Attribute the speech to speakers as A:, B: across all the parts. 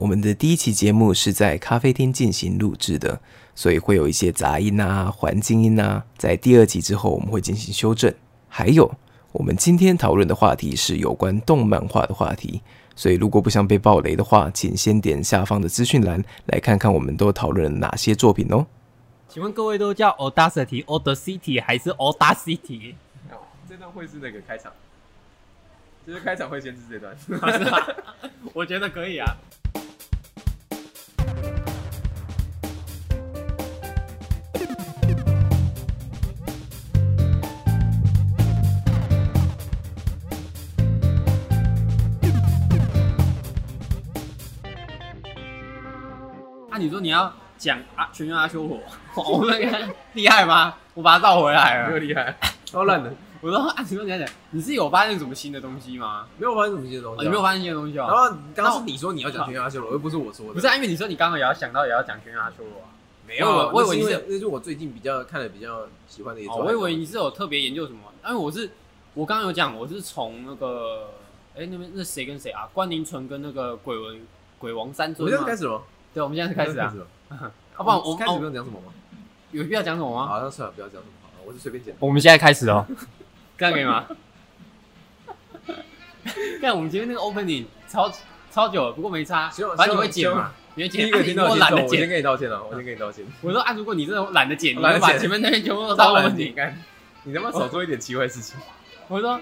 A: 我们的第一期节目是在咖啡厅进行录制的，所以会有一些杂音啊、环境音啊。在第二集之后，我们会进行修正。还有，我们今天讨论的话题是有关动漫画的话题，所以如果不想被暴雷的话，请先点下方的资讯栏来看看我们都讨论了哪些作品哦。
B: 请问各位都叫 Audacity、Audacity 还是 Audacity？
C: 哦，这段会是那个开场，就是开场会先是 这段。
B: 我觉得可以啊。啊，你说你要讲啊，全员阿修罗，哇 我那个厉害吗？我把它绕回来
C: 没
B: 了。
C: 有厉害，超烂的，
B: 我说啊，请问你要讲，你是有发现什么新的东西吗？
C: 没有发生什么新的东
B: 哦
C: 西、啊
B: 你没有。发现新的东西
C: 然
B: 哦？
C: 后刚刚是你说你要讲全员阿修罗，又不是我说的。
B: 不是、啊，因为你说你刚刚也要想到也要讲全员阿修罗啊。
C: 没有
B: 我
C: 啊，
B: 我以为你
C: 那是
B: 是
C: 因为那是我最近比较看的比较喜欢的一
B: 哦，
C: 种。
B: 我以为你是有特别研究什么，啊因为我是我刚刚有讲，我是从那个哎、那边那谁跟谁啊，关宁纯跟那个鬼文鬼王三
C: 我
B: 尊
C: 们现在开
B: 嘛。
C: 始吗？
B: 对，我们现在开始啊
C: 开，了。
B: 要不然我
C: 开始不
B: 哦
C: 用讲什么吗？
B: 有必要讲什么吗？
C: 好，那算了，不要讲什么，好我就随便讲。
B: 我们现在开始哦，这样可以 吗？看我们前面那个 opening 超超久了，不过没差，
C: 希望
B: 反正你会剪嘛，你会
C: 第
B: 剪。
C: 一个
B: 啊
C: 听
B: 你
C: 到
B: 如果
C: 的听
B: 懒得
C: 众，我先
B: 剪，
C: 跟你道歉了，我先跟你道歉。
B: 我说啊，如果你真的懒得剪，你
C: 懒
B: 就
C: 得
B: 把
C: 剪
B: 前面那些全部都
C: 超
B: 当
C: 懒
B: 问
C: 的，你
B: 题。
C: 看，你他妈少做一点奇怪的事情。
B: 我说，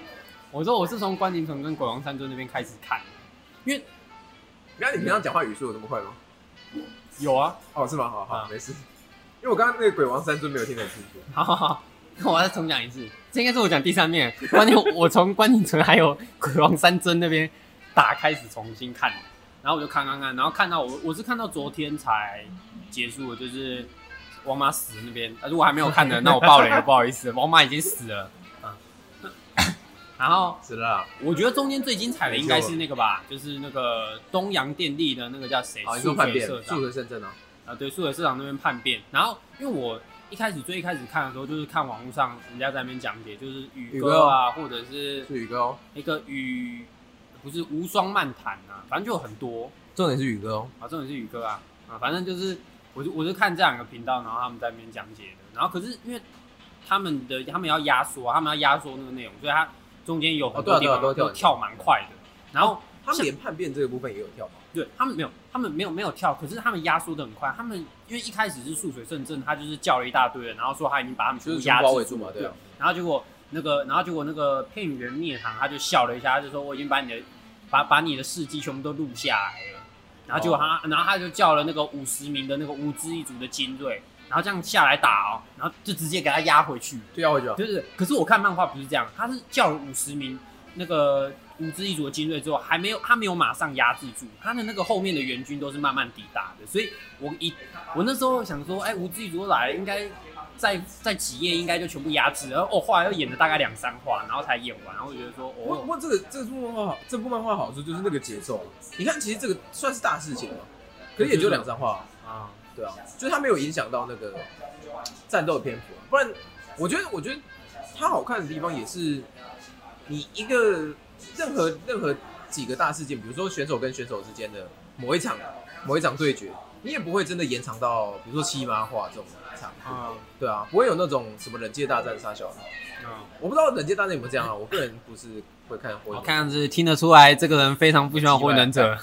B: 我说我是从关宁城跟鬼王山尊那边开始看，
C: 那你平常讲话语速有这么快吗？
B: 有啊，
C: 哦，是吗？好好，
B: 啊
C: 没事。因为我刚刚那个鬼王三尊没有听得很清楚。
B: 好好好，那我再重讲一次，这应该是我讲第三遍。关键我从关景城还有鬼王山尊那边打开始重新看，然后我就看看看，然后看到我我是看到昨天才结束的，就是王妈死那边。啊如果还没有看的，那我爆雷了，不好意思，王妈已经死 了。啊然后
C: 是啦，
B: 我觉得中间最精彩的应该是那个吧，就是那个东洋电力的那个叫谁？
C: 好，哦你
B: 素
C: 说叛
B: 水
C: 变，
B: 社长
C: 数学圣正啊，
B: 啊，对，宿舍市场那边叛变。然后因为我一开始最一开始看的时候，就是看网络上人家在那边讲解，就是宇哥啊，或者是
C: 哦是宇哥哦，
B: 那个宇，不是无双漫谈啊，反正就有很多
C: 重点是宇哥哦。
B: 啊，重点是宇哥啊啊，反正就是我就我就看这两个频道，然后他们在那边讲解的。然后可是因为他们的他们要压缩啊，他们要压缩那个内容，所以它中间有很
C: 哦对
B: 多
C: 啊
B: 地方
C: 对啊对啊
B: 就跳蛮快的。然后
C: 他们连叛变这个部分也有跳吗？
B: 对他们没有，他们没有没有跳，可是他们压缩的很快。他们因为一开始是素水正正，他就是叫了一大堆人，然后说他已经把他们全
C: 就
B: 部
C: 是
B: 压
C: 全包围
B: 制
C: 住嘛，对
B: 对
C: 啊。
B: 然后结果那个，然后结果那个片源灭堂，他就笑了一下，他就说我已经把你的把把你的事迹全部都录下来了。然后结果他，然后他就叫了那个五十名的那个无知一族的精锐，然后这样下来打哦，然后就直接给他压回去。
C: 就要回去啊。
B: 对对，对可是我看漫画不是这样，他是叫了五十名那个五支一族的精锐之后，还没有他没有马上压制住，他的那个后面的援军都是慢慢抵达的，所以我一我那时候想说，哎，五支一族来了应该在在几页应该就全部压制了，然后哦，后来又演了大概两三话，然后才演完，然后我就觉得说，
C: 不过不
B: 哦，
C: 过这个这部漫画好，这部漫画好处就是那个节奏啊。你看，其实这个算是大事情了，可是也就两三话啊，
B: 啊，
C: 对啊，就是它没有影响到那个战斗的篇幅啊。不然，我觉得我觉得它好看的地方也是你一个任何任何几个大事件，比如说选手跟选手之间的某一场某一场对决，你也不会真的延长到比如说七八话这种长度，
B: 嗯
C: 对啊，不会有那种什么忍界大战杀小的。
B: 嗯，
C: 我不知道忍界大战有没有这样啊，我个人不是会看火影
B: 我，看样子听得出来，这个人非常不喜欢火影忍者。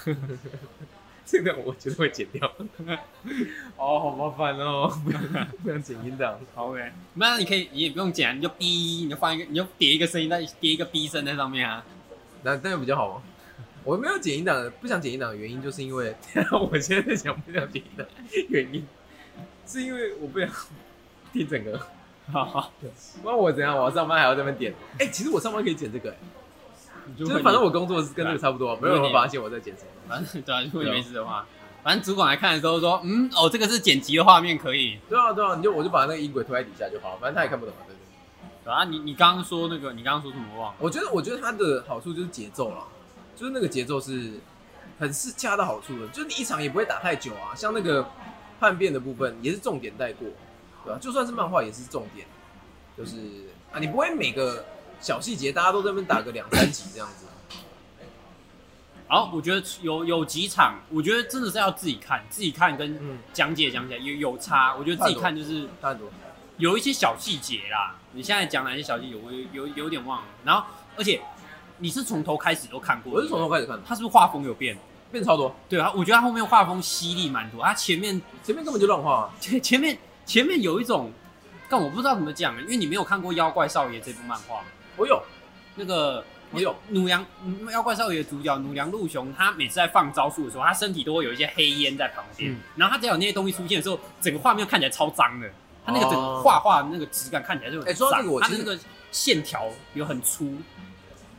C: 这个我觉得会剪掉。 哦，好麻烦哦，不要不要剪音档。
B: OK，那你可以，你也不用剪，你就哔，你就放一个，你就叠一个声音在，叠一个哔声在上面啊。
C: 那那样比较好吗？ 我没有剪音档，不想剪音档的原因就是因为， 我现在在讲不想剪音档原因，是因为我不想听整个。
B: 好好，
C: 不然我怎样？我要上班还要在那边点？哎、其实我上班可以剪这个、哎
B: 就
C: 就是反正我工作是跟这个差不多，没有人发现我在剪什么。
B: 反正对啊，如果你没事的话，反正主管来看的时候说，嗯，哦，这个是剪辑的画面可以。
C: 对啊对啊，你就我就把那个音轨推在底下就好，反正他也看不懂嘛，对不对？
B: 对啊，你你刚刚说那个，你刚刚说什么我忘了？
C: 我觉得，我觉得它的好处就是节奏啦，就是那个节奏是很是恰到好处的，就是你一场也不会打太久啊。像那个叛变的部分也是重点带过，对吧、就算是漫画也是重点，就是啊，你不会每个小细节大家都在那边打个两三集这样子。
B: 然后我觉得有有几场，我觉得真的是要自己看，自己看跟
C: 嗯，
B: 讲解讲解有有差。我觉得自己看就是
C: 大很多。
B: 有一些小细节啦。你现在讲哪些小细节，我有有有点忘了。然后，而且你是从头开始都看过，
C: 我是从头开始看的，
B: 他是不是画风有变？
C: 变超多，
B: 对啊，我觉得他后面画风犀利蛮多，他前面
C: 前面根本就乱画、啊。
B: 前前面前面有一种，但我不知道怎么讲，因为你没有看过《妖怪少爷》这部漫画，
C: 我有，
B: 那个
C: 我有
B: 努阳嗯妖怪少爷的主角努良陆雄，他每次在放招数的时候，他身体都会有一些黑烟在旁边，
C: 嗯
B: 然后他只要有那些东西出现的时候，整个画面看起来超脏的，他那个整个
C: 哦
B: 画画的那个质感看起来就
C: 哎
B: 很
C: 说
B: 脏，
C: 到这个我
B: 他
C: 其
B: 的
C: 实
B: 那个线条有很粗，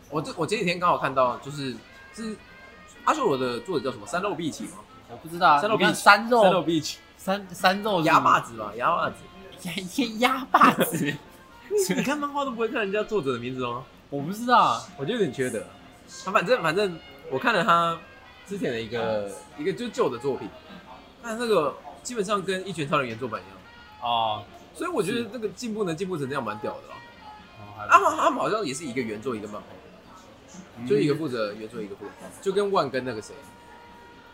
C: 我这我前几天刚好看到，就是是阿修罗的作者叫什么？山肉碧起吗？
B: 我不知道啊，
C: 三肉
B: 你看
C: 壁
B: 三
C: 山肉
B: 肉
C: 碧起，
B: 三三肉
C: 牙
B: 把
C: 把子嘛，牙把子。
B: 鸭鸭把子，
C: 你你看漫画都不会看人家作者的名字哦吗？
B: 我不知道，
C: 我就有点缺德。啊，反正反正我看了他之前的一个一个就是旧的作品，但那个基本上跟《一拳超人》原作版一样，
B: 哦，
C: 所以我觉得这个进步能进步成这样蛮屌的啦。
B: 哦还不
C: 他们他们好像也是一个原作一个漫画，
B: 嗯
C: 啊就一个负责原作一个负责，就跟万跟那个谁，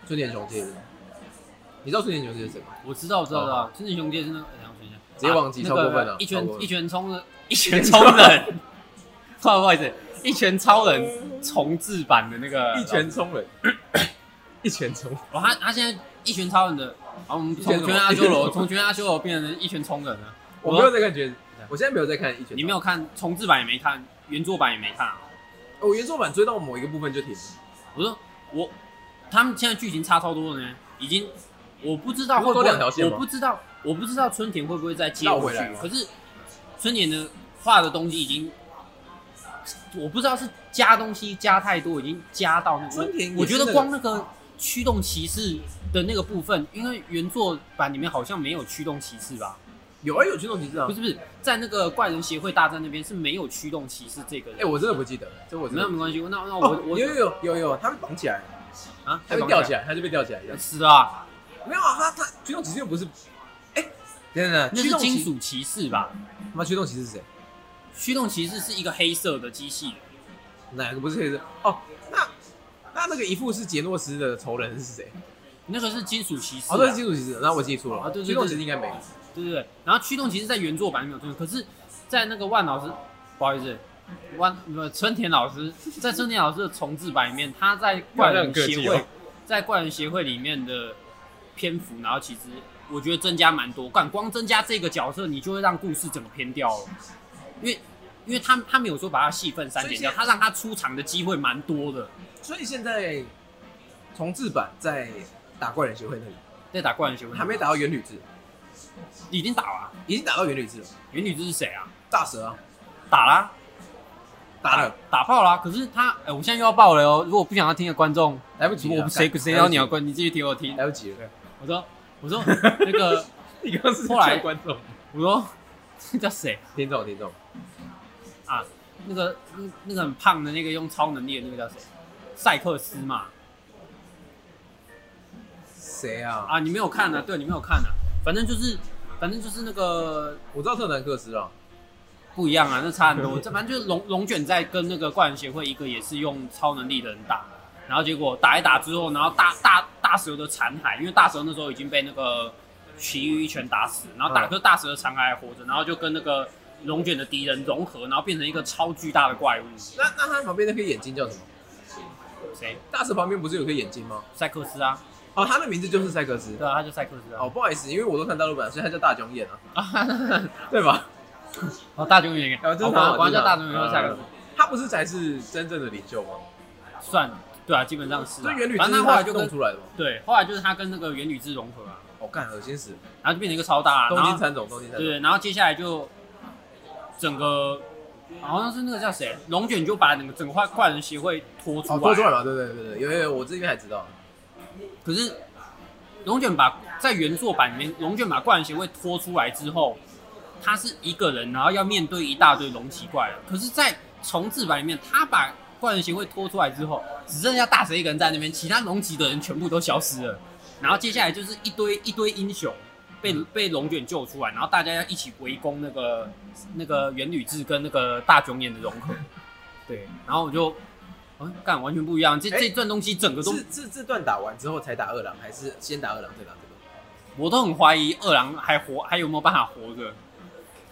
C: 春田雄介是吗，你知道春田雄介是谁吗？
B: 我知道，我知道，知道。春日雄介是那个，哎等一下我想一下，
C: 哦直接忘记
B: 啊
C: 超过分了
B: 那个一
C: 超
B: 拳
C: 过分
B: 一拳冲人，一拳冲 人。不好意思，一拳超人重置版的那个
C: 一拳，冲人， 一拳冲人，
B: 哦，他他现在一拳超人的，啊，我们
C: 一拳
B: 从
C: 什么
B: 拳阿修
C: 一拳什么
B: 罗，从拳阿修罗变成一拳冲人 了。
C: 我没有在看拳，我现在没有在看一拳。
B: 你没有看重置版也没看，原作版也没看啊。
C: 哦，我原作版追到某一个部分就停了。
B: 我说我，他们现在剧情差超多的呢，已经我不知道
C: 不
B: 会不
C: 是多
B: 会
C: 两条线吗
B: 我不知道我不知道春田会不会再接
C: 绕
B: 回
C: 回
B: 去
C: 来吗，
B: 可是春田的画的东西已经，我不知道是加东西加太多，已经加到那个
C: 春田也是
B: 我觉
C: 那
B: 得
C: 个
B: 光那个驱动骑士的那个部分，因为原作版里面好像没有驱动骑士吧？
C: 有啊，有驱动骑士啊
B: 不。是不是，在那个怪人协会大战那边是没有驱动骑士这个的。
C: 哎、我真的不记得了，这我真
B: 没
C: 的
B: 有
C: 不记
B: 没关系，那那
C: 得。
B: 我、
C: 哦
B: 我
C: 有有有有有，他被绑起来，
B: 啊，
C: 他被吊起来，他就被吊起来这样。
B: 是啊。
C: 没有啊，他他驱动骑士又不是，哎、等等等，
B: 那
C: 驱
B: 是
C: 动
B: 金
C: 骑士，
B: 属骑士吧？
C: 妈驱动骑士是谁？
B: 驱动骑士是一个黑色的机器，
C: 哪个不是黑色？哦，那那那个一副是杰诺斯的仇人是谁？
B: 那个是金属骑士啊、
C: 哦，那是金属骑士，那我记错了。
B: 啊对对
C: 驱动骑士应该没有。
B: 对对对。然后驱动骑士在原作版没有出现，可是，在那个万老师，不好意思，万不春田老师，在春田老师的重置版里面，他 在怪人协
C: 好像很客气
B: 会，
C: 哦
B: 在怪人协会里面的篇幅，然后其实我觉得增加蛮多，干光增加这个角色，你就会让故事整个偏掉了，因为因为他他没有说把他戏份删减掉，
C: 所以现在
B: 他让他出场的机会蛮多的。
C: 所以现在重置版在打怪人协会那里，
B: 在打怪人协会，
C: 还没打到元吕志，
B: 已经打了啊、
C: 已经打到元吕志了。
B: 原女子是谁啊？
C: 大蛇啊，
B: 打啦，
C: 打了，
B: 打爆啦！可是他，哎、我现在又要爆了哦！如果不想要听的观众，
C: 来不及了。
B: 我谁谁
C: 来
B: 要
C: 不及
B: 你要关，你继续听我听。
C: 来不及了。
B: 我说，我 说那个，
C: 你刚刚是
B: 后来
C: 叫观众、
B: 我说 那叫谁？啊
C: 听众、听众，
B: 那个那那个很胖的那个用超能力的那个叫谁？赛克斯嘛？
C: 谁啊？
B: 啊，你没有看啊？对，你没有看啊？反正就是，反正就是那个
C: 我知道特南克斯啊，
B: 不一样啊，那差很多。这反正就是龙龙卷在跟那个怪人协会一个也是用超能力的人打，然后结果打一打之后，然后大大大蛇的残骸，因为大蛇那时候已经被那个奇遇一拳打死，然后打
C: 嗯
B: 个大蛇的残骸还活着，然后就跟那个龙卷的敌人融合，然后变成一个超巨大的怪物。
C: 那那他旁边那颗眼睛叫什么？
B: 谁？
C: 大蛇旁边不是有颗眼睛吗？
B: 赛克斯啊？
C: 哦，他的名字就是赛克斯。
B: 对啊，他就赛克斯啊。
C: 哦，不好意思，因为我都看大陆版，所以他叫大囧眼啊，
B: 哦，
C: 对吧？
B: 大熊原，
C: 哦
B: 哦
C: 这是他
B: 管管
C: 这
B: 叫
C: 是嗯他
B: 大熊原赛克斯，
C: 他不是才是真正的领袖吗？
B: 算对啊，基本上是、
C: 所
B: 啊
C: 以元。吕
B: 反
C: 之
B: 正
C: 是
B: 他后来
C: 他
B: 就
C: 弄
B: 跟
C: 出来的吗？
B: 对，后来就是他跟那个元吕之融合啊。
C: 我干，恶心死了！
B: 然后就变成一个超大，
C: 东
B: 然
C: 京
B: 后
C: 三种，东京三种，
B: 对，然后接下来就整个好像是那个叫谁，龙卷就把整个整个怪怪人协会拖出
C: 哦，
B: 来，
C: 多出来嘛，对对对对，有有有，我这边还知道，
B: 可是龙卷把在原作版里面，龙卷把怪人协会拖出来之后，他是一个人，然后要面对一大堆龙骑怪人。可是，在重置版里面，他把怪人协会拖出来之后，只剩下大蛇一个人在那边，其他龙骑的人全部都消失了。然后接下来就是一堆一堆英雄被
C: 嗯
B: 被龙卷救出来，然后大家要一起围攻那个那个元吕志跟那个大囧眼的融合。对，然后我就哦干、完全不一样。这、
C: 哎
B: 这段东西整个都
C: 是这这段打完之后才打二郎，还是先打二郎再打这个？
B: 我都很怀疑二郎还活，还有没有办法活着？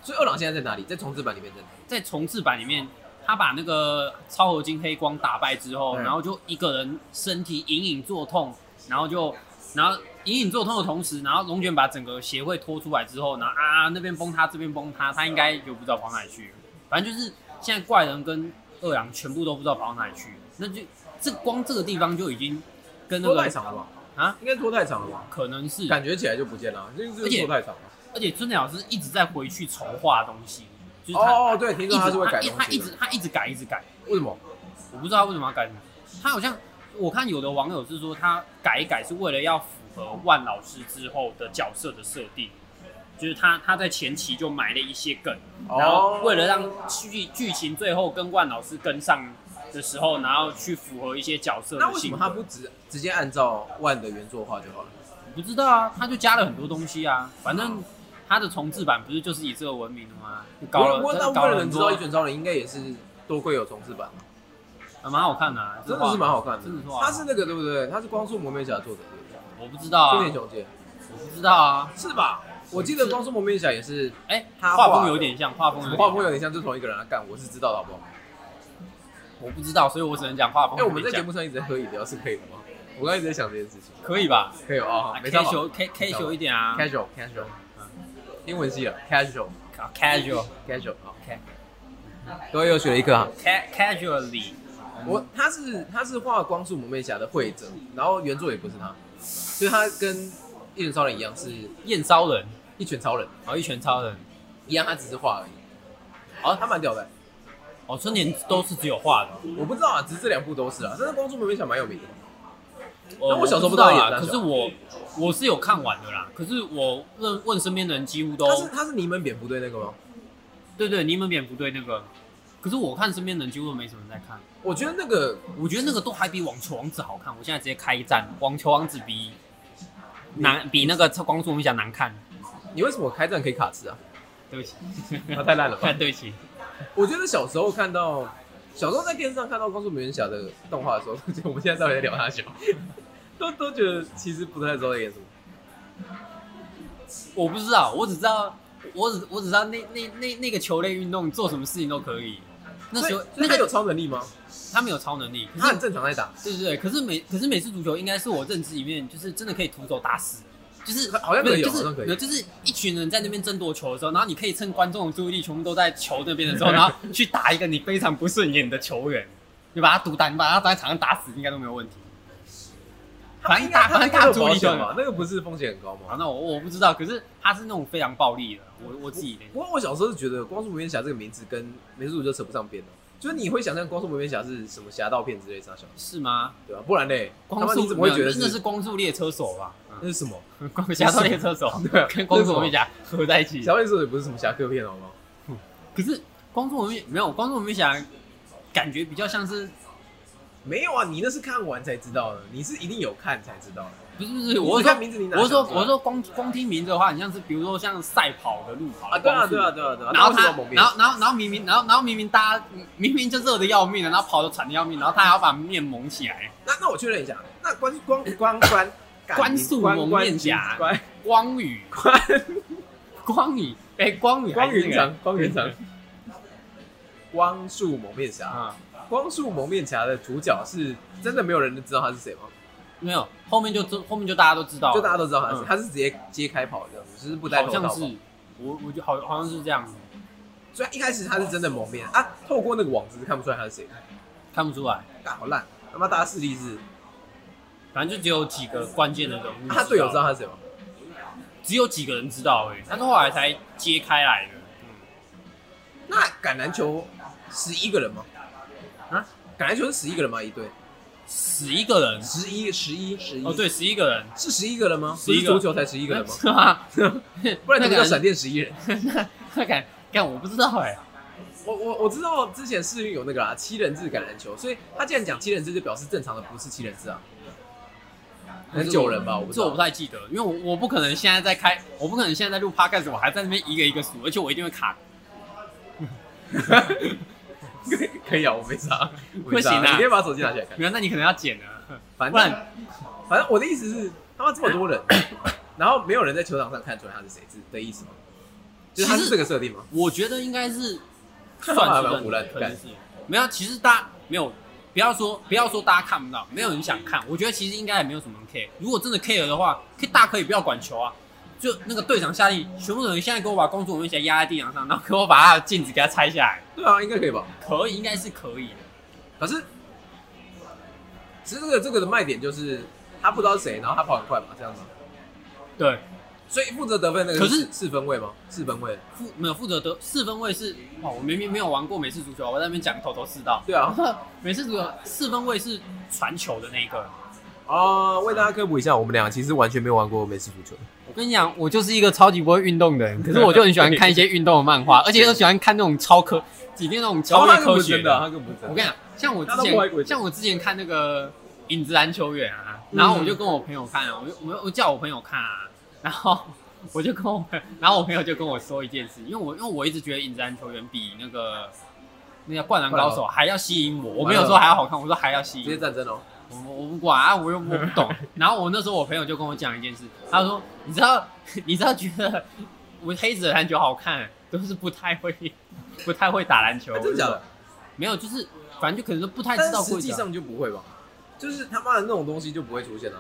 C: 所以二郎现在在哪里？在重置版里面在哪里？
B: 在重置版里面，他把那个超合金黑光打败之后，
C: 嗯
B: 然后就一个人身体隐隐作痛，然后就然后隐隐作痛的同时，然后龙卷把整个协会拖出来之后，然后啊那边崩塌，这边崩塌，他应该就不知道跑哪里去了。反正就是现在怪人跟二郎全部都不知道跑哪里去，那就这光这个地方就已经跟那
C: 拖太
B: 个
C: 长了吧？
B: 啊，
C: 应该拖太长了吧？
B: 可能是，
C: 感觉起来就不见了，啊这这
B: 而
C: 个
B: 且
C: 拖太长了。
B: 而且春田老师一直在回去重画东西，就是他。
C: 哦哦，对，听
B: 一
C: 说
B: 直
C: 他是会改东西的
B: 他一直他一直改，一直改，
C: 为什么？
B: 我不知道他为什么要改。他好像我看有的网友是说他改一改是为了要符合万老师之后的角色的设定，就是他他在前期就埋了一些梗，然
C: 哦
B: 后为了让剧剧情最后跟万老师跟上的时候，然后去符合一些角色
C: 那
B: 的
C: 为什
B: 性
C: 么
B: 格。
C: 他不直直接按照万的原作画就好了？
B: 不知道啊，他就加了很多东西啊，反正。他的重置版不是就是以这个闻名的吗？搞了
C: 不过，
B: 真
C: 大
B: 的
C: 部
B: 搞
C: 分
B: 了
C: 人
B: 很
C: 知
B: 多
C: 道一，卷超人应该也是多亏有重置版，
B: 啊蛮好看的、啊，
C: 真的是蛮好看的
B: 真的是蛮。好
C: 他
B: 看
C: 是那个对不对？他是光速蒙面侠作者对不对？
B: 我不知道啊
C: 丰，田雄介
B: 我不知道啊，
C: 是吧？我记得光速蒙面侠也是
B: 哎、
C: 他
B: 画
C: 画
B: 风
C: 的
B: 有点像，画风有点
C: 画
B: 像
C: 风有点像，就同一个人来干，我是知道的好不好？
B: 我不知道，所以我只哦能讲画风
C: 哎、
B: 有
C: 我
B: 点像。
C: 们在节目上一直在喝饮料是可以的吗？我刚才一直在想这件事情，
B: 可以吧
C: 可以哦，没办法
B: 啊？casual ca- casual 一点啊
C: casual casual，英嗯文系了啊 casual
B: ，casual
C: casual 啊
B: ca-
C: 各位又学了一课啊哈。
B: ca- casually，
C: 我他是他是画光速蒙面侠的绘者，然后原作也不是他，就是他跟一拳超人一样是
B: 燕烧人，
C: 一拳超人
B: 然后一拳超人，
C: 一样，他只是画而已。哦，他蛮屌的，
B: 哦，春田都是只有画的。
C: 我不知道啊，只是这两部都是啊，但是光速蒙面侠蛮有名的。
B: 呃
C: 那我小时候
B: 不
C: 不知道演啊
B: 啦，
C: 哪
B: 可
C: 小
B: 是我我是有看完的啦。可是我问问身边的人，几乎都
C: 他是他是你们蝙蝠队那个吗？
B: 对对，你们蝙蝠队那个。可是我看身边的人几乎都没什么人在看，
C: 我觉得那个
B: 我觉得那个都还比网球王子好看。我现在直接开一战，网球王子比难比那个光速明侠难看。
C: 你为什么开战可以卡池啊？
B: 对不起，
C: 那哦太烂了吧！
B: 看对不起，
C: 我觉得小时候看到，小时候在电视上看到《光速蒙面侠》的动画的时候， 我们现在到底在聊他小，都都觉得其实不太知道在演什么。
B: 我不知道，我只知道，我只我只知道那那那那个球类运动做什么事情都可以。那时候
C: 所
B: 那
C: 以他
B: 个
C: 有超能力吗？
B: 他没有超能力，
C: 他
B: 可
C: 很
B: 是
C: 正常在打，
B: 对对对，可是美可是美式足球应该是我认知里面就是真的可以徒手打死，就是
C: 好像可
B: 没
C: 以
B: 有
C: 哦
B: 就
C: 好
B: 是
C: 像可以
B: 没有就是一群人在那边争夺球的时候，然后你可以趁观众的注意力全部都在球那边的 时候，然后去打一个你非常不顺眼的球员，你把他毒打，你把他在场上打死应该都没有问题。反正大
C: 他
B: 反
C: 那
B: 正
C: 个没
B: 大
C: 有
B: 注
C: 保
B: 意力就
C: 险嘛，那个不是风险很高
B: 好，
C: 吗？
B: 那我我不知道，可是他是那种非常暴力的，我我自己的
C: 不过我小时候是觉得《光速蒙面侠》这个名字跟美术就扯不上边的，就是你会想象《光速蒙面侠》是什么侠盗片之类啥小，
B: 是吗？
C: 对吧、不然嘞，
B: 光
C: 他妈
B: 速
C: 你怎么会觉得
B: 没有那是光速列车手 吧？
C: 那是什么？
B: 嗯光侠盗猎车手
C: 对啊
B: 跟光速我们侠合在一起
C: 侠。盗猎车手也不是什么侠客片，好吗？
B: 可是光速我们没有光速我们侠，感觉比较像是
C: 没有啊，你那是看完才知道的，你是一定有看才知道的。
B: 不是不是？
C: 你
B: 我
C: 只
B: 是
C: 看
B: 说
C: 名字你哪
B: 我是说
C: 想出来
B: 我是说光光听名字的话，你像是比如说像赛跑的路跑
C: 啊，对啊，
B: 光速
C: 对啊，对啊，对啊。
B: 然后
C: 那为什
B: 他
C: 么蒙，面
B: 然后然后然后明明，然后然后明明大家明明就热的要命了，然后跑的喘的要命，然后他还要把面蒙起来，
C: 那那我确认一下，那关关关 关
B: 关速蒙面侠
C: 关
B: 光宇
C: 关
B: 光宇哎光宇还
C: 光
B: 是那
C: 云
B: 个
C: 长，光云长， 光速蒙面侠。
B: 啊。
C: 光速蒙面侠的主角是真的没有人知道他是谁吗？
B: 没有，后面就知后面就大家都知道了，
C: 就大家都知道他是谁，
B: 嗯
C: 他是直接揭开跑这样子，就是不带
B: 好
C: 头
B: 像
C: 套跑。
B: 是，我我就好好像是这样子，
C: 所以一开始他是真的蒙面啊，透过那个网子是看不出来他是谁的，
B: 看不出来，
C: 干好烂！他妈大家视力是，
B: 反正就只有几个关键的人物，
C: 啊他队友知道，他是谁吗？
B: 只有几个人知道而已，但是后来才揭开来的。
C: 那橄榄球十一个人吗？
B: 啊，
C: 橄榄球是十一个人吗？一队，
B: 十一个人，
C: 十一，十一，十一。
B: 哦，对，十一个人，
C: 是十一个人吗？
B: 11
C: 不
B: 个
C: 是足球才十一 个人吗？
B: 是吗？
C: 不然
B: 那
C: 怎么
B: 个
C: 叫闪电十一人？
B: 人， 那敢干我不知道哎，
C: 我我我知道之前世运有那个啦，七人制橄榄球，所以他既然讲七人制，就表示正常的不是七人制啊，可能九人吧，我不知
B: 这
C: 道。
B: 我不太记得，因为我我不可能现在在开，我不可能现在在录 podcast，我还在那边一个一个数，而且我一定会卡。
C: 可以啊，我没啥，我没
B: 不行
C: 啥
B: 啊
C: 你可以把手机拿起来看。
B: 没有，那你可能要剪了，
C: 反
B: 不
C: 正
B: 然
C: 反正我的意思是，他妈这么多人， 然后没有人在球场上看出来他是谁，是的意思吗？就是他
B: 其
C: 是
B: 实
C: 这个设定吗？
B: 我觉得应该是算
C: 还
B: 是
C: 蛮胡
B: 认
C: 乱
B: 的，可能是没有。其实大家没有，不要说不要说大家看不到，没有人想看。我觉得其实应该也没有什么人 care。如果真的 care 的话，可以大可以不要管球啊。就那个队长下令，全部人现在给我把工作人员起来压在地上上，然后给我把他的镜子给他拆下来，
C: 对啊，应该可以吧？
B: 可以，应该是可以的。
C: 可是，其实这个这个的卖点就是他不知道是谁，然后他跑很快嘛，这样子。
B: 对，
C: 所以负责得分那个
B: 可是
C: 四分位吗？四分位，
B: 负没有负责得四分位是哦，我明明没有玩过美式足球，我在那边讲头头是道。
C: 对啊。
B: 美式足球四分位是传球的那一个，
C: 哦，为大家科普一下，我们俩其实完全没有玩过美式足球。
B: 我跟你讲，我就是一个超级不会运动的人，可是我就很喜欢看一些运动的 漫画，而且又喜欢看那种超科，里面那种超越
C: 他根
B: 科
C: 本
B: 学
C: 真的啊，
B: 的。
C: 他根本不是
B: 我
C: 真
B: 跟
C: 的。
B: 你讲，像我之
C: 他都不会嗯鬼
B: 前，像我之前看那个《影子篮球员》啊，然后我就跟我朋友看啊，我就我我叫我朋友看啊，然后 我就跟我朋，然后我朋友就跟我说一件事，因为我因为我一直觉得《影子篮球员》比那个那个《灌篮高手》还要吸引我，我没有说还要好看，我说还要吸
C: 直
B: 引
C: 接
B: 我。
C: 战争哦，
B: 我我不管啊，我又我不懂。然后我那时候我朋友就跟我讲一件事，他说：“你知道， 你知道觉得我黑子的篮球好看，啊都是不太会、 不太会打篮球。
C: 啊真的假的？
B: 没有，就是反正就可能都不太知
C: 但
B: 道
C: 是
B: 规
C: 实际
B: 则。
C: 上就不会吧？就是他妈的那种东西就不会出现啊。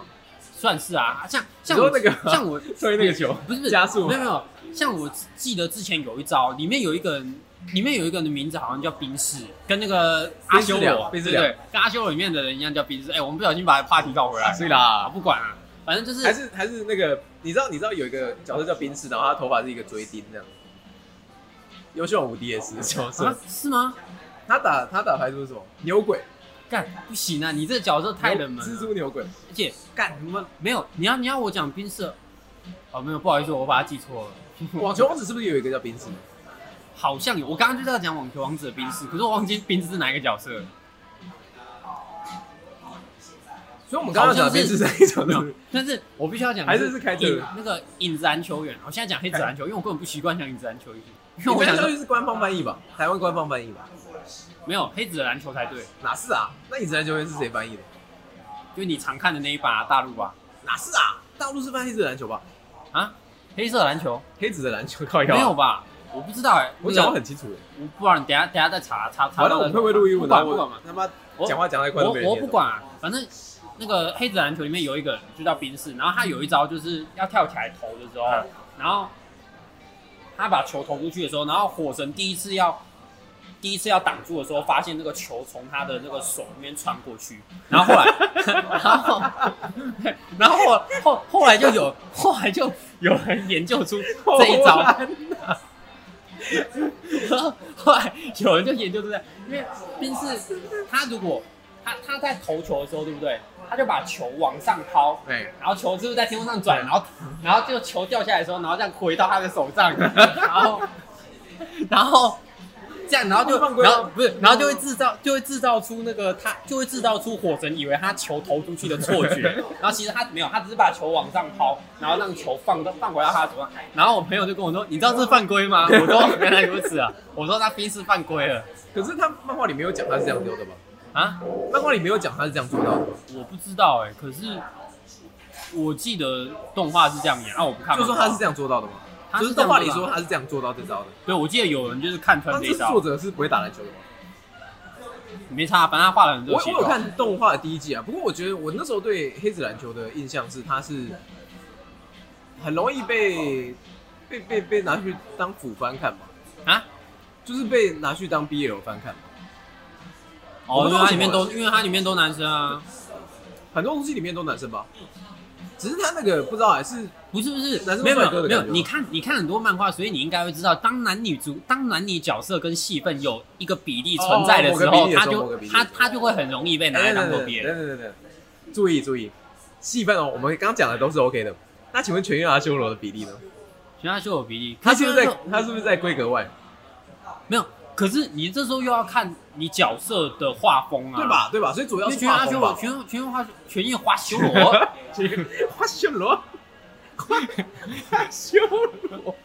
B: 算是啊，像像
C: 你
B: 我
C: 说那个
B: 像 我
C: 所以那个球
B: 不是不是
C: 加速
B: 没有没有，像我记得之前有一招，里面有一个人，里面有一个人的名字好像叫冰室，跟那个阿修
C: 冰室
B: 罗，对
C: 良冰室
B: 对，
C: 良
B: 对跟阿修罗里面的人一样叫冰室。哎、我们不小心把话题倒回来，
C: 所以
B: 啊，
C: 啦，哎
B: 不管啊，反正就是
C: 还是还是那个，你知道你知道有一个角色叫冰室，然后他头发是一个锥钉这样。优秀无敌也是角
B: 啊
C: 色，，
B: 是吗？
C: 他打他打排除是什么？牛鬼，
B: 干不行啊！你这个角色太冷门
C: 蜘
B: 了，
C: 蛛牛鬼，
B: 而且
C: 干什么？
B: 没有你要你要我讲冰色，哦没有，不好意思，我把它记错了，
C: 网球王子是不是有一个叫冰室？
B: 好像有，我刚刚就在讲网球王子的冰室，可是我忘记冰室是哪一个角色了。
C: 所以我们刚刚讲的冰室是一种
B: 没 有，但是我必须要讲的，
C: 还是是开特
B: 影
C: 的
B: 那个影子篮球员，我现在讲黑子篮球，因为我根本不习惯讲影子篮球员，因为
C: 你
B: 我
C: 们
B: 想
C: 那
B: 说
C: 就是官方翻译吧？台湾官方翻译吧？
B: 没有黑子的篮球才对，
C: 哪是啊？那你直男球员是谁翻译的？
B: 就是你常看的那一把大陆吧？
C: 哪是啊？大陆是翻黑子的篮球吧？
B: 啊，黑色篮球
C: 黑子的篮球靠
B: 没有，吧？我不知道哎、
C: 啊我
B: 那个
C: 讲话很清楚耶。
B: 我不然等一下等一下再查查查
C: 完
B: 到
C: 了，我
B: 底是什么。
C: 们会不会录英文？
B: 不管
C: 然后
B: 不
C: 我
B: 管嘛，
C: 他妈
B: 我
C: 讲话讲太快
B: 我
C: 都没人
B: 我不
C: 念。
B: 管、啊，反正那个黑子篮球里面有一个人就叫冰室，然后他有一招就是要跳起来投的时候，然后他把球投出去的时候，然后火神第一次要第一次要挡住的时候，发现那个球从他的那个手里面穿过去，然后后来，然后 然后后后后来就有后来就有人研究出这一招， 然后后来有人就研究出来，因为冰室他如果他他在投球的时候，对不对？他就把球往上抛，
C: 哎，
B: 然后球是不是在天空上转，然后然后就球掉下来的时候，然后这样回到他的手 上，然后然后这样，然后就
C: 犯规
B: 然
C: 了
B: 后不是，然后就会制造就会制造出那个他就会制造出火神以为他球投出去的错 觉，然后其实他没有，他只是把球往上抛，然后让球放到放回到他的手上。然后我朋友就跟我说：“你知道这是犯规吗？”我说：“原来如此啊！”我说：“他冰是犯规了
C: 可是他漫画里没有讲他是这样丢的吧？
B: 啊！”
C: 漫画里没有讲他是这样做到的，
B: 我不知道哎、可是我记得动画是这样演啊，我不看漫画。
C: 就说他是这样做到的吗？
B: 他
C: 就是
B: 这
C: 动
B: 样
C: 画里
B: 做的
C: 说
B: 啊，
C: 他是这样做到这招的，
B: 对，我记得有人就是看穿
C: 但
B: 这
C: 是
B: 一
C: 作
B: 招，
C: 者是不会打篮球的吧？
B: 没差，反正他画的很啊热
C: 我
B: 血。
C: 我有看动画的第一季啊，不过我觉得我那时候对黑子篮球的印象是他是很容易被被被被拿去当腐番看吧，
B: 啊，
C: 就是被拿去当 BL 番看吧。
B: 哦，
C: 我不
B: 因
C: 知道
B: 为它里
C: 为什么
B: 面都因为它里面都男生啊，
C: 很多东西里面都男生吧，只是他那个不知道还是
B: 不是不是，
C: 男生
B: 没有没
C: 帅
B: 有
C: 哥的
B: 没有，
C: 感觉吗
B: 你看你看很多漫画，所以你应该会知道，当男女主当男女角色跟戏份有一个比例存在的时
C: 哦哦
B: 候，
C: 某个比例的
B: 他
C: 时候某
B: 就
C: 个比例
B: 他他就会很容易被拿来当做别人。
C: 等等等等，注意注意，戏份哦，我们刚刚讲的都是 OK 的。那请问全员阿修罗的比例呢？
B: 其他就有比例，
C: 他是不是在
B: 可全
C: 他是不是在规格外？
B: 啊没有？可是你这时候又要看你角色的画风啊，
C: 对？吧？对吧？所以主
B: 因
C: 要
B: 为
C: 是
B: 全阿
C: 画
B: 修
C: 风
B: 罗
C: 吧。
B: 全全花全夜花修罗，
C: 花修罗，花修罗，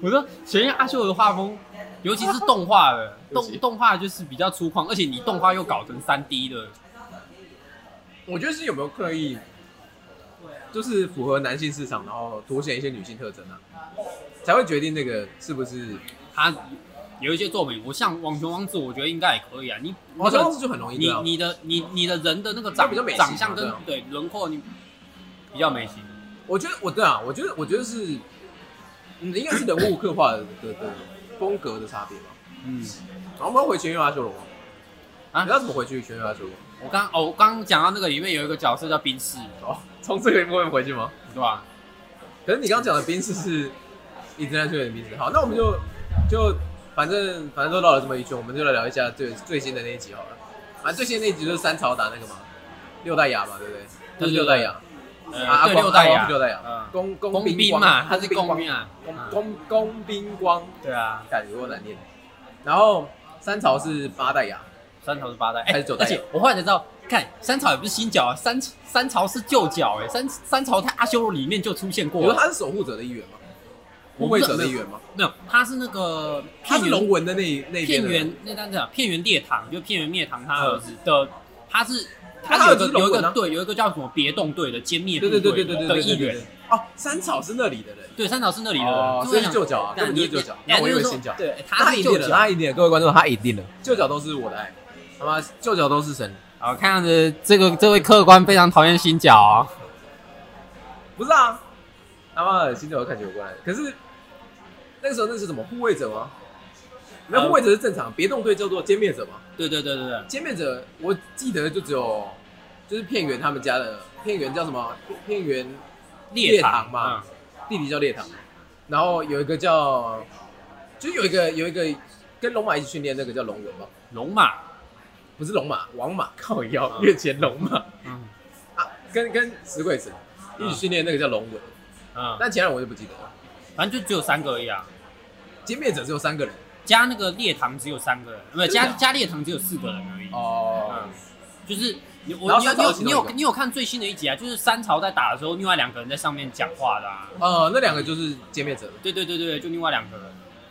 B: 我说前面阿修的画风，尤其是动画的
C: 尤
B: 动
C: 其
B: 动画就是比较粗犷，而且你动画又搞成三 D 的，
C: 我觉得是有没有刻意，就是符合男性市场，然后凸显一些女性特征啊，才会决定那个是不是。
B: 它有一些作品，我像《网球王子》，我觉得应该也可以啊。你
C: 我哦这就很容易
B: 你
C: 对啊
B: 你的你你的人的那个
C: 它
B: 长
C: 比较美型啊
B: 长相
C: 对
B: 跟
C: 啊
B: 对轮廓，你比较美型。
C: 我觉得我对啊，我觉得我觉得是，嗯，应该是人物刻画的的的风格的差别吧。
B: 嗯，
C: 然后我们要回全员阿修罗王
B: 啊
C: 你要怎么回去全员阿修罗
B: 我刚哦，我刚刚讲到那个里面有一个角色叫冰室，
C: 王？哦，从这个部分回去吗？
B: 对吧？
C: 可是你刚刚讲的冰室是一直在追的冰室。好，那我们就就反正反正都绕了这么一圈，我们就来聊一下最最新的那一集好了。反正最新的那一集就是三朝打那个嘛，六代牙嘛，对不对？就是六代牙，
B: 呃，
C: 啊，
B: 对
C: 光
B: 六代
C: 啊
B: 牙，
C: 光六代牙，
B: 嗯，
C: 工
B: 工兵
C: 光
B: 嘛，他是
C: 工
B: 工
C: 兵
B: 兵啊，
C: 光，
B: 嗯
C: 工工工兵光，
B: 对啊，
C: 感觉我难念。然后三朝是八代牙，
B: 三朝是八代，
C: 还
B: 哎
C: 是九，代
B: 而且我后来才知道，看三朝也不是新角啊，三三朝是旧角，哎，三三朝在阿修罗里面就出现
C: 你
B: 过
C: 说
B: 了，
C: 他是守护者的一员吗？护
B: 我
C: 卫
B: 不知道
C: 者的一员吗？
B: 没有，他是那个
C: 他
B: 片
C: 是
B: 源
C: 龙纹的那一那一边
B: 片
C: 的人，
B: 源那单讲片源烈堂，就片源灭堂他儿子的，他是
C: 他
B: 他有一
C: 儿子是
B: 个
C: 龙
B: 有一
C: 纹啊
B: 个对有一个叫什么别动队的歼灭
C: 对
B: 部
C: 对
B: 队
C: 对对对对
B: 的
C: 对
B: 一
C: 对对
B: 员
C: 对，。哦，三朝是那里的人。
B: 对三朝是那里的
C: 哦，
B: 人，
C: 所
B: 所
C: 以是旧角啊，根本就是旧角。那我以为新角，
B: 对，
C: 他
B: 他
C: 一
B: 是
C: 定
B: 旧
C: 了，
B: 角。
C: 他一定了，各位观众，他一定了。旧角都是我的爱，他妈旧角都是神，
B: 好，看样子这个这位客官非常讨厌新角哦。
C: 不是啊，他妈的新角看起来有关。可是那个时候那是什么护卫者吗？没有
B: 呃
C: 护卫者是正常，别动队叫做歼灭者嘛。
B: 对对对对对，
C: 歼灭者我记得就只有就是片源他们家的片源叫什么？片源
B: 烈
C: 堂
B: 堂
C: 嘛
B: 嘛，
C: 弟弟叫烈堂，然后有一个叫，就是有一个有一个跟龙马一起训练那个叫龙人嘛。
B: 龙马，
C: 不是龙马，王马靠腰
B: 嗯
C: 越前龙马
B: 嗯
C: 啊，跟跟石鬼子一起训练那个叫龙尾，
B: 嗯，
C: 但其他人我就不记得了。
B: 反正就只有三个而已啊。
C: 歼灭者只有三个人
B: 加那个烈堂只有三个人，不是
C: 真
B: 加
C: 的假的
B: 加烈堂只有四个人而已。
C: 啊哦
B: 嗯，就是你
C: 然
B: 我
C: 后
B: 你有
C: 三朝
B: 你有
C: 其中
B: 你
C: 一
B: 有
C: 个
B: 你有看最新的一集啊？就是三朝在打的时候，另外两个人在上面讲话的啊。
C: 呃，那两个就是歼灭者，
B: 对对对对，就另外两个人，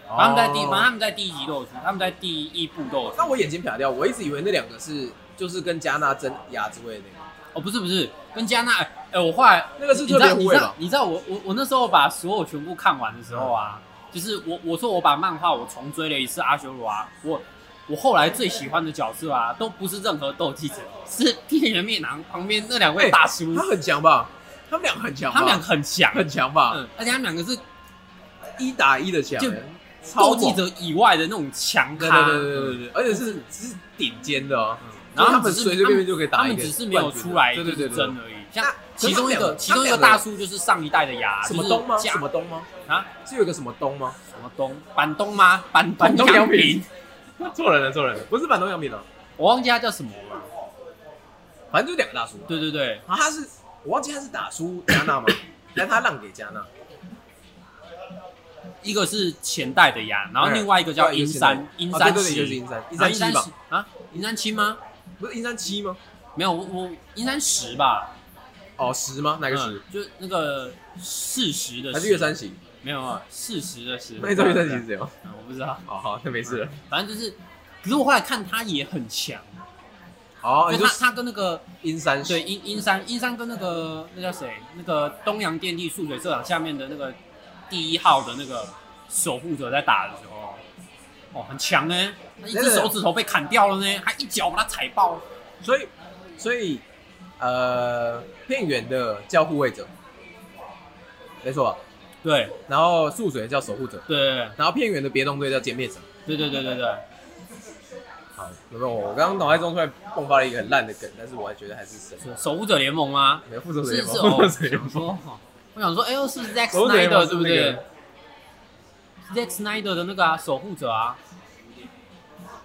B: 然后他们在第，反正他
C: 哦
B: 们在第一集都有出，他们在第一部都有出。
C: 那我眼睛瞟掉，我一直以为那两个是就是跟加纳争牙之位的那
B: 哦，不是不是，跟加纳，哎、哎我后来
C: 个，那个是
B: 你
C: 特
B: 知
C: 别
B: 道
C: 护
B: 你
C: 卫
B: 知道
C: 吧？
B: 你知道我我我那时候把所有全部看完的时候啊，就是我我说我把漫画我重追了一次阿修罗啊，我我后来最喜欢的角色啊，都不是任何斗技者，是天元灭狼旁边那两
C: 哎
B: 位大叔，
C: 他很强吧？他们两个很强吧，
B: 他们两个很强，
C: 很强啊吧？
B: 嗯，而且他们两个是
C: 一打一的强，
B: 就
C: 超
B: 斗
C: 猛
B: 技，者以外的那种强
C: 对
B: 咖，
C: 对对对对对，而且是是顶尖的哦。
B: 嗯
C: 然
B: 然
C: 后
B: 后他
C: 他
B: 们
C: 们
B: 只是
C: 随随便便就可以打
B: 他
C: 一
B: 们
C: 个
B: 只是没有出来
C: 对
B: 就
C: 对
B: 是
C: 对对对
B: 争而已，
C: 那
B: 像其中一
C: 他们两
B: 个
C: 个
B: 其中一个大叔就是上一代的牙，
C: 什么东吗？
B: 啊就是
C: 什
B: 加
C: 么东吗？
B: 啊？
C: 是有一个什么东吗？
B: 什么东？板东吗？板
C: 板东
B: 杨
C: 洋平， 错人了，错人了，不是板东杨明了，
B: 我忘记他叫什么了。
C: 反正就两个大叔。
B: 对对对，
C: 啊，他是我忘记他是打输 加纳吗？但他让给加纳，
B: 一个是前代的牙，然后
C: 哎
B: 另外一个叫
C: 对
B: 银
C: 一
B: 山
C: 个
B: 银
C: 啊
B: 山
C: 对对对，就是
B: 石，
C: 银山银
B: 然后
C: 山七吧？
B: 石啊，银山七吗？
C: 不是银山七吗？
B: 没有，我我银山石吧，
C: 哦，十吗？哪个十
B: 嗯？，就那个事实的
C: 还是
B: 石
C: 月山行？
B: 没有啊，事实的石。
C: 那你知道月山行是谁吗？
B: 嗯我不知道，
C: 哦，好，那没事了。
B: 反正就是，可是我后来看他也很强，
C: 哦，
B: 就
C: 你说
B: 他他跟那个
C: 阴山
B: 对阴阴山阴山跟那个那叫谁那个东洋电力数学社长啊下面的那个第一号的那个守护者在打的时候，哦，很强呢，他一
C: 对对
B: 只
C: 对
B: 手指头被砍掉了呢，还一脚把他踩爆。
C: 所以所以呃，片远的叫护卫者，没错吧？
B: 对
C: 然后素水叫守护者，
B: 对
C: 然后片远的别动队叫歼灭者。
B: 对对对对对，
C: 好，有没有？我刚刚脑海中突然迸发了一个很烂的梗，但是我还觉得还是神。
B: 是守护者联盟吗？
C: 没有复仇者
B: 是
C: 联盟
B: 是，
C: 复
B: 哦，
C: 仇者联
B: 想
C: 盟，
B: 说，哦我想说，哎呦，是 Zack
C: 守护者联盟
B: Snyder
C: 是
B: 对不
C: 那
B: 对
C: 个
B: ？Zack Snyder 的那个啊，守护者啊，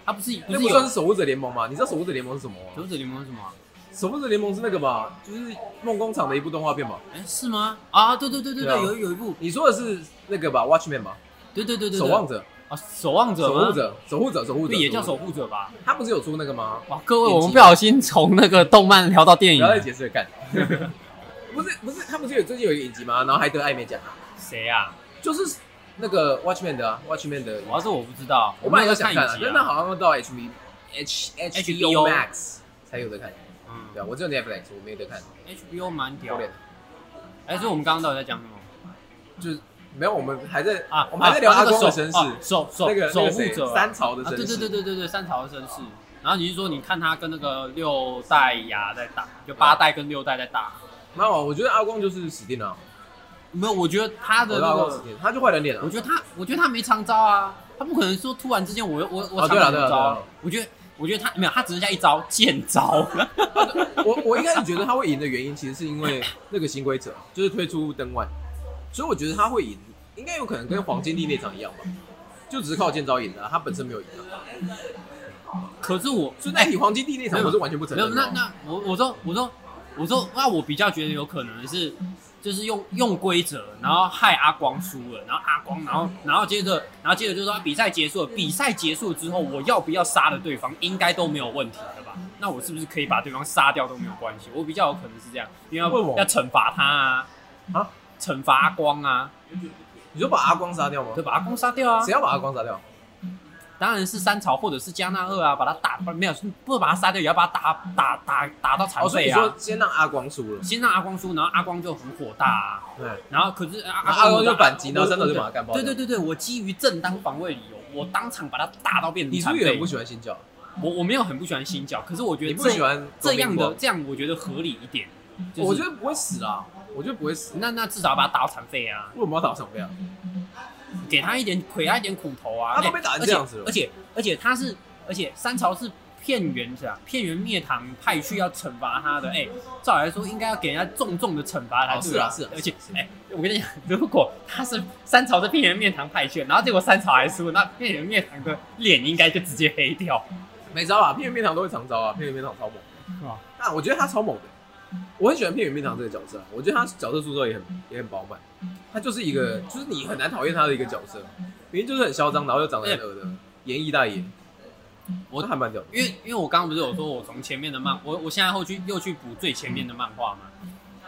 B: 他不是哎不
C: 那
B: 是
C: 不算
B: 有
C: 是守护者联盟吗？你知道守护者联盟是什么
B: 守
C: 吗？
B: 护者联盟是什么啊？
C: 守护者联盟是那个吧，就是梦工厂的一部动画片吧？
B: 哎，是吗？啊，对对对对
C: 对啊
B: 对，有有一部，
C: 你说的是那个吧，Watchman 吧？
B: 对对对对，对
C: 守望者，
B: 啊，守望者
C: 守
B: 吗
C: 护，者，守护者，守护者，
B: 对，也叫
C: 守
B: 守
C: 护者。
B: 护者吧？
C: 他不是有出那个吗？
B: 哇，各位，
C: 演技
B: 我们不小心从那个动漫聊到电
C: 不
B: 影
C: 要
B: 了，
C: 再解释了，干。不是不是，他不是有最近有一个影集吗？然后还得艾美奖啊，
B: 谁啊？
C: 就是那个 Watchman 的啊，Watchman 的，
B: 我要是我不知道，
C: 我本来
B: 有
C: 就想看
B: 看
C: 啊，
B: 一集
C: 但那好像到 HB H
B: HBO
C: Max 才有的看。对啊，
B: 嗯
C: 我只有 Netflix，我没有得看。
B: ，HBO 蛮屌
C: 丢脸
B: 的。，哎，所以我们刚刚到底在讲什么
C: 就是没有，我们还在
B: 啊？
C: 我们还在聊
B: 啊
C: 阿
B: 那个
C: 光的
B: 手
C: 身世，
B: 哦守守
C: 那个
B: 守
C: 那个
B: 护
C: 谁
B: 者啊
C: 三朝的
B: 啊，
C: 身
B: 对
C: 世，
B: 对对对对对，三朝的绅士。然后你是说你看他跟那个六代牙在打，就八代跟六代在打？
C: 没有，啊我觉得阿光就是死定了，啊
B: 没有，我觉得他
C: 我
B: 的
C: 觉得
B: 那
C: 阿光死
B: 个，
C: 定了，他就坏人脸了
B: 我。觉得他，我觉得他没长招啊，他不可能说突然之间我我我长
C: 哦对了
B: 什
C: 对了
B: 么
C: 对
B: 招
C: 了
B: 啊。我觉得我觉得他没有，他只剩下一招剑招。
C: 我我一开始觉得他会赢的原因，其实是因为那个新规则，就是推出灯腕，所以我觉得他会赢，应该有可能跟黄金地那场一样吧，就只是靠剑招赢的啊，他本身没有赢啊。
B: 可是我
C: 所以那你黄金地那场我是完全不
B: 哎
C: 承
B: 没有，
C: 认
B: 那
C: 的。
B: 那我我说我说我说，那我比较觉得有可能是，就是用用规则，然后害阿光输了，然后阿光，然后然后接着然后接着就说比赛结束了，比赛结束之后我要不要杀了对方，应该都没有问题的吧？那我是不是可以把对方杀掉都没有关系？我比较有可能是这样，因为
C: 为什么
B: 要要惩罚他啊，
C: 啊，
B: 惩罚阿光啊，
C: 你就把阿光杀掉吗
B: 对，？把阿光杀掉啊
C: 谁，要把阿光杀掉？
B: 当然是三朝或者是加纳二啊，把他打没有，不是把他杀掉，也要把他打打打打到残
C: 哦，所以
B: 废
C: 你
B: 啊
C: 说。先让阿光输了，
B: 先让阿光输，然后阿光就很火大、啊，
C: 对，
B: 然后可是阿
C: 阿光就反击，
B: 我
C: 然后三头就把他干爆。
B: 对对，对对，我基于正当防卫理由，我当场把他打到变成
C: 你是
B: 残
C: 不是也很
B: 废
C: 不。喜欢新教？
B: 我我没有很不喜欢新角，可是我觉
C: 你
B: 得
C: 不喜
B: 这
C: 欢
B: 这样
C: 国
B: 的
C: 民
B: 这样我觉得合理一点。就
C: 国？
B: 是、
C: 我觉得不会死啊，我觉得不会死。
B: 那那至少把他打到残废啊，
C: 为什么要打成这样？
B: 给他一点给他一点苦头啊。
C: 他都
B: 哎
C: 被打
B: 而
C: 成这
B: 且
C: 样子了
B: 而且而且他是而且三朝是片源是吧？片源灭唐派去要惩罚他的，哎、照理来说应该要给人家重重的惩罚才
C: 嗯哦
B: 对、
C: 是啊是啊
B: 而且
C: 是啊
B: 哎、我跟你讲，如果他是三朝是片源灭唐派去，然后结果三朝还输，那片源灭唐的脸应该就直接黑掉。
C: 没招啊，片圆面堂都会常招啊，片圆面堂超猛
B: 是吧。
C: 那我觉得他超猛的，我很喜欢片圆面堂这个角色啊，我觉得他角色塑造也很也很饱满，他就是一个就是你很难讨厌他的一个角色，明明就是很嚣张，然后又长得很恶的演绎大爷，
B: 我
C: 那还蛮屌的。
B: 因为因为我刚刚不是有说我从前面的漫，我我现在后去又去补最前面的漫画嘛，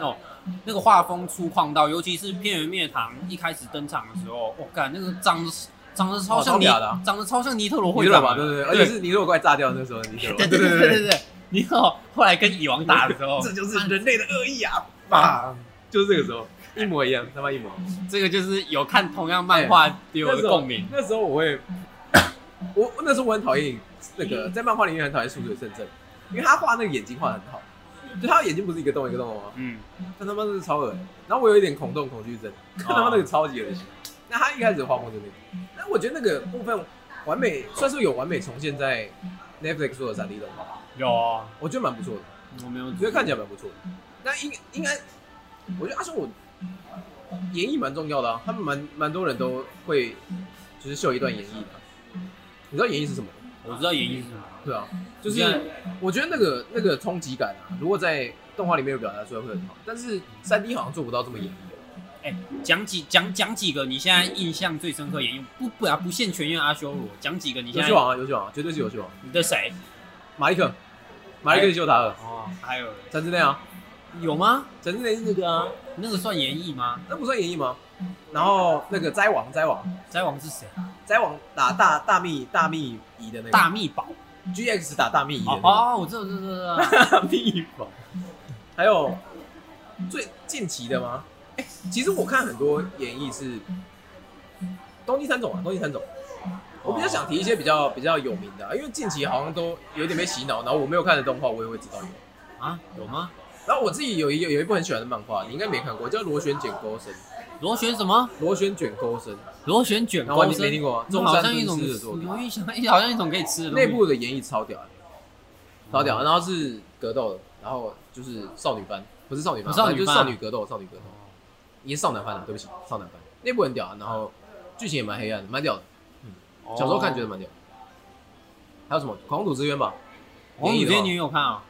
B: 哦，那个画风粗犷到，尤其是《片源灭唐》一开始登场的时候，我、干那个长得长得超像
C: 哦超
B: 尼、
C: 屌的啊
B: 长得超像尼特罗
C: 你
B: 会
C: 知道
B: 长
C: 吧？
B: 啊，
C: 对对对，而且是你如果快炸掉那时候，你知道吧
B: 对对对对对对对，尼特罗后来跟蚁王打的时候，
C: 这就是人类的恶意啊！啊，就是这个时候一模一样，他妈一模。
B: 这个就是有看同样漫画有
C: 那
B: 的
C: 时候
B: 共鸣，
C: 哎那时候我会， 我那时候我很讨厌那个
B: 嗯
C: 在漫画里面很讨厌宿醉圣正，因为他画那个眼睛画的很好，就他的眼睛不是一个洞一个洞的吗？
B: 嗯，
C: 他他妈真的超恶心。然后我有一点恐动恐惧症，
B: 哦
C: 看他妈那个超级恶心。那他一开始画风就那个，但我觉得那个部分完美，算是有完美重现在 Netflix 做的三 D 动画，
B: 有啊，
C: 我觉得蛮不错的，
B: 我没有
C: 我觉得看起来蛮不错的。那应应该，我觉得阿松我演绎蛮重要的啊，他们蛮蛮多人都会就是秀一段演绎的。啊你知道演绎是什么吗？
B: 我知道演绎是什么，
C: 对啊，就
B: 你
C: 是
B: 看
C: 我觉得那个那个冲击感啊，如果在动画里面有表达出来会很好，但是三 D 好像做不到这么演绎。
B: 讲几讲讲几个你现在印象最深刻演绎，不不啊不限全院阿修罗，讲几个你
C: 游
B: 现
C: 戏
B: 在
C: 王啊，游戏王啊，绝对是游戏王。
B: 你的谁？
C: 马利克，马利克是修塔尔，
B: 哦，还有
C: 陈志内啊，
B: 有吗？
C: 陈志内是那个啊，
B: 那个算演绎吗？
C: 那不算演绎吗？然后那个斋王，斋王，
B: 灾王是谁？
C: 斋王打大大秘大秘仪的那个，
B: 大秘宝。
C: GX 打大秘仪的
B: 哦
C: 那
B: 哦，我知道，知道，知道知道。
C: 个大秘宝，还有最近期的吗？哎，其实我看很多演绎是东京三种啊，东京三种。 我比较
B: 哦
C: 想提一些比较比较有名的、啊，因为近期好像都有点被洗脑，然后我没有看的动画我也会知道有。
B: 啊，有吗？
C: 然后我自己有一有一部很喜欢的漫画，你应该没看过，叫《螺旋卷钩身》。
B: 螺旋什么？
C: 螺旋卷钩身，
B: 螺旋卷
C: 然后
B: 钩
C: 你没听
B: 身。
C: 过吗？中
B: 好
C: 山
B: 像一种
C: 敦司的作品，
B: 有一想，好像一种可以吃的东西
C: 内部的演绎超屌的，超屌的。啊然后是格斗的，然后就是少女番，不是少女番，
B: 哦少女番
C: 反正就是少女格斗，少女格斗，也是少男番啊，对不起，少男番。内部很屌啊，然后剧情也蛮黑暗的，蛮屌的。
B: 哦
C: 小时候看觉得蛮屌的。还有什么《狂赌之渊》吧？
B: 红
C: 演
B: 土
C: 绎
B: 之渊
C: 的话
B: 你有看啊？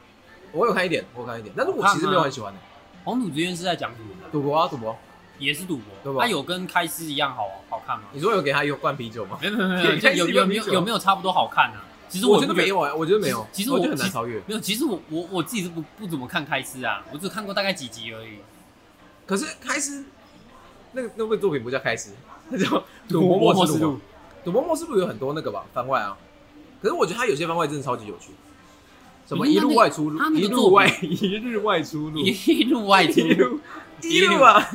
C: 我有看一点，我有看一点，但是我
B: 好看啊
C: 其实没有很喜欢的。
B: 红土之渊是在讲什么的？
C: 赌博啊，赌博！
B: 也是赌
C: 对
B: 博。
C: 吧
B: 它有跟开司一样好好看 吗？
C: 你说有给他一个罐啤酒吗？
B: 没有没有没有，就有有没有有没有差不多好看啊？其实
C: 我
B: 觉
C: 觉得没有哎，我觉得没有，
B: 其实
C: 我
B: 我
C: 觉得很难超越。
B: 没有，其实我我我自己是不不怎么看开司啊，我只看过大概几集而已。
C: 可是开司那个那部作品不叫开司，叫赌
B: 赌
C: 博
B: 博
C: 默
B: 默
C: 示
B: 示
C: 录
B: 录。
C: 赌博默示录有很多那个吧番外啊，可是我觉得他有些番外真的超级有趣，什么
B: 可是
C: 一
B: 他那
C: 路外出
B: 他
C: 路，
B: 那个
C: 一
B: 作
C: 路
B: 品
C: 外一日外出
B: 嗯
C: 路，
B: 一路外出，
C: 一路 一路啊，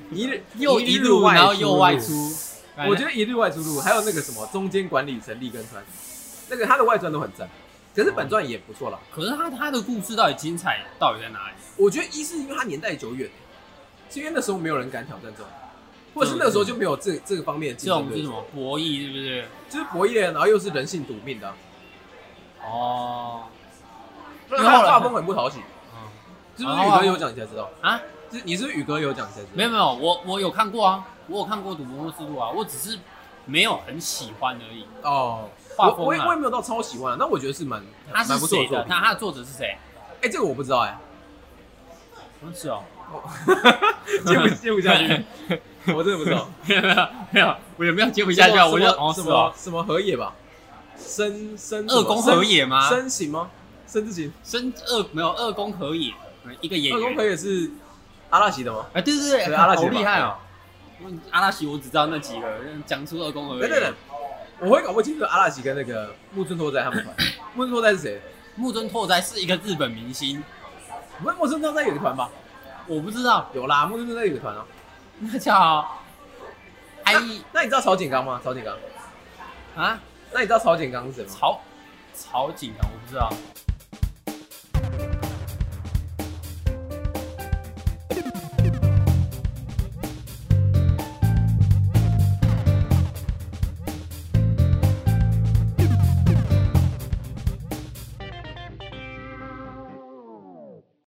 C: 一日
B: 又
C: 一
B: 一
C: 路
B: 路，
C: 外
B: 然后又外
C: 出
B: 出。哎
C: 我觉得一日外出路还有那个什么中间管理成立跟川，那个他的外传都很赞，可
B: 哦
C: 是本传也不错啦。
B: 可是他他的故事到底精彩到底在哪里？
C: 我觉得一是因为它年代久远，是因为那时候没有人敢挑战这种，或者是那个时候就没有这这个方面的
B: 这
C: 竞争
B: 种
C: 对
B: 是什
C: 手，
B: 么博弈，对不对？
C: 就是博弈的，然后又是人性赌命的啊，
B: 哦，
C: 不
B: 因
C: 然
B: 为
C: 他
B: 后
C: 的
B: 来
C: 画风很不讨喜。
B: 嗯
C: 是不是宇哥有讲你才知道？
B: 啊，
C: 就是你是不是宇哥有讲你才知道？
B: 没有没有，我我有看过啊，我有看过《赌博默示录》啊，我只是没有很喜欢而已。
C: 哦，
B: 画
C: 我
B: 风啊
C: 我也我也没有到超喜欢啊，那我觉得是蛮
B: 他是
C: 蛮不错
B: 谁
C: 作
B: 的？
C: 品。
B: 那他的作者是谁？
C: 哎，这个我不知道 哎，
B: 不是哦，
C: 接不接不下去，我真的不知道。
B: 没有没有没有，我也没有接不下去啊，我就
C: 什
B: 哦
C: 么什
B: 是
C: 么
B: 哦，
C: 什么河野吧，深深
B: 二宫啊和也吗？
C: 深行吗？深之行，
B: 深二没有二宫和也，嗯一个演员。
C: 二宫和也是阿拉西的吗？
B: 啊，对对对，
C: 对阿拉
B: 好
C: 奇吧
B: 厉害哦！嗯阿拉奇我只知道那几个，嗯讲出二宫和也
C: 等等等，我会搞不清楚阿拉奇跟那个木村拓哉他们团。木村拓哉是谁？
B: 木村拓哉是一个日本明星，
C: 木木村拓哉有个团吧？
B: 我不知道，
C: 有啦，木村拓哉有个团啊。
B: 那叫
C: 那
B: 哎
C: 那你知道曹景刚吗？曹景刚，
B: 啊
C: 那你知道曹景刚是谁吗？
B: 曹曹景啊，我不知道。